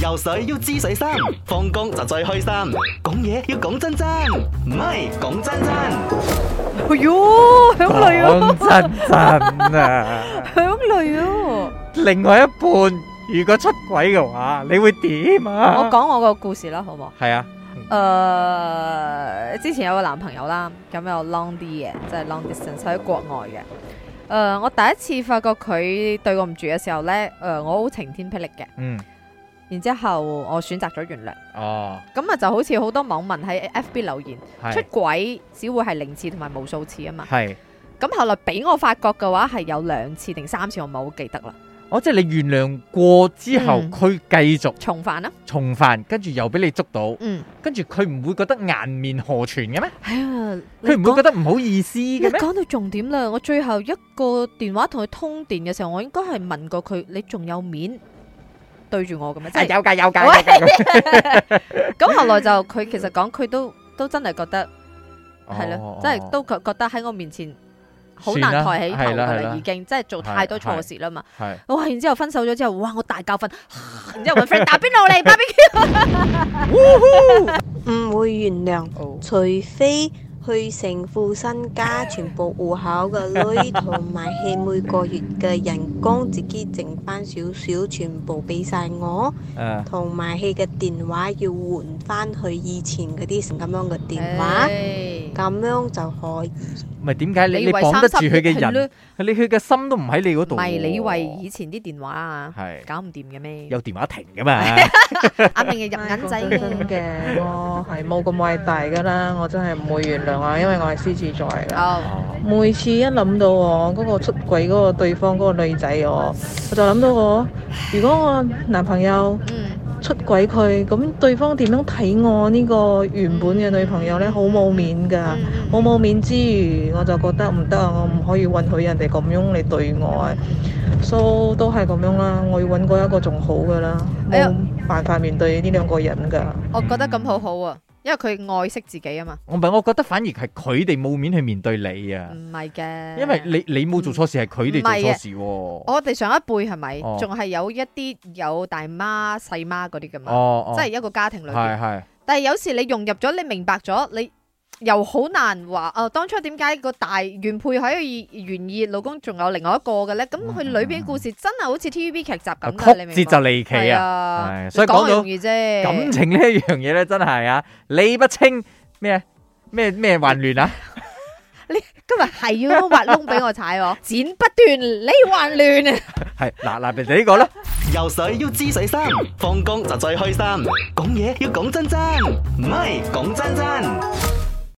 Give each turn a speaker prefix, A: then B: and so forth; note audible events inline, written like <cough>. A: 游水要知水深，放工就最開心。講嘢要講真真，唔係講真真。
B: 哎喲，響淚啊，
C: 講真真啊，
B: 響淚啊！
C: 另外一半如果出軌嘅話，你會點啊？
B: 我講我個故事啦，好唔好？
C: 係啊，
B: 誒、之前有個男朋友啦，咁有 long 啲嘅，即係 long distance 喺國外嘅。誒、呃我第一次發覺佢對我唔住嘅時候呢，誒、我好晴天霹靂嘅。
C: 嗯，
B: 然之後我選擇咗原諒，
C: 哦，
B: 咁啊就好似好多網民喺 FB 留言，出
C: 係
B: 軌只會係零次同埋無數次啊嘛。
C: 係，
B: 咁後來俾我發覺嘅話係有兩次定三次，我唔係好記得啦。
C: 哦，即係你原諒過之後，
B: 嗯
C: 佢繼續
B: 重犯啦，
C: 重犯，跟住又俾你捉到，
B: 嗯，
C: 跟住佢唔會覺得顏面何存嘅咩？
B: 係啊，你
C: 佢唔會
B: 講
C: 覺得唔好意思
B: 你
C: 嘅咩？
B: 講到重點啦，我最後一個電話同佢通電嘅時候，我應該係問過佢，你仲有面對住我嘅咩？即
C: 啊
B: 係
C: 有㗎有㗎
B: 喂
C: 有㗎，
B: 咁後來就佢其實講佢都都真係覺得係
C: 哦
B: 咯，即係都覺覺得喺我面前好
C: 算啦
B: 難抬起頭
C: 係啦
B: 㗎
C: 係
B: 啦，
C: 啦
B: 已經即係做太多錯事啦嘛。
C: 係
B: 哇！然之後分手咗之後，哇！我大教訓， <laughs> 然之後揾 friend 打邊
C: <laughs>
B: 爐嚟 BBQ。
D: 唔會原諒，除非去成副身家全部户口嘅女同埋佢每個月嘅人工自己剩翻少少，全部俾晒我，
C: 誒
D: 同埋佢嘅電話要換翻去以前嗰啲咁樣嘅電話，
B: 唉
D: 咁樣就可以。
C: 咪點解你
B: 以
C: 你
B: 為
C: 綁得住
B: 三十
C: 佢嘅
B: 係
C: 人，
B: 咯
C: 你佢嘅心都唔喺你嗰
B: 唔
C: 度喎。
B: 係你以為以前啲電話啊，
C: 係
B: 搞唔掂嘅咩？
C: 有電話亭㗎嘛？
B: <laughs> 阿明係入眼仔
E: 真真
B: 嘅。
E: 嘅，我係冇咁偉大噶啦，我真係唔會原諒啊，因為我係獅子座嚟噶。
B: 哦。
C: 哦
E: 每次一諗到我嗰、個出軌嗰個對方嗰個女仔，我我就諗到我，如果我男朋友
B: 嗯。
E: 出軌佢，咁對方點樣睇我呢個原本嘅女朋友呢？好冇面㗎。
B: 嗯
E: 我冇面之餘，我就覺得唔得啊！我唔可以允許人哋咁樣嚟對我啊，so 都係咁樣啦。我要揾過一個仲好噶啦，
B: 哎呀
E: 冇辦法面對呢兩個人噶。
B: 我覺得咁好好啊，因為佢愛惜自己啊嘛，
C: 我唔係，我覺得反而係佢哋冇面去面對你啊，
B: 唔係嘅，
C: 因為你你冇做錯事，係佢哋做錯事喎。哦
B: 啊我哋上一輩係咪
C: 哦
B: 仲係有一啲有大媽細媽嗰啲噶嘛，
C: 哦，
B: 啊即係一個家庭裏
C: 係
B: 邊。
C: 係
B: 但係有時你融入咗，你明白咗，你又好難話啊，當初點解個大原配可以願意老公仲有另外一個嘅咧？咁
C: 嗯
B: 佢裏邊嘅故事真係好似 TVB 劇集咁噶，你明
C: 啊曲折就
B: 白？
C: 離奇
B: 係
C: 啊！
B: 啊，
C: 係
B: 你
C: 所以講
B: 講
C: 到
B: 容易啫，
C: 感情呢一樣嘢咧，真係啊，理不清咩咩咩混亂
B: <laughs>
C: 啊！
B: 今日係要挖窿俾我踩喎，剪不斷理還亂啊！
C: 係嗱嗱，你呢個啦，
A: 游水要知水深，放工就最開心。講嘢要講真真，唔係講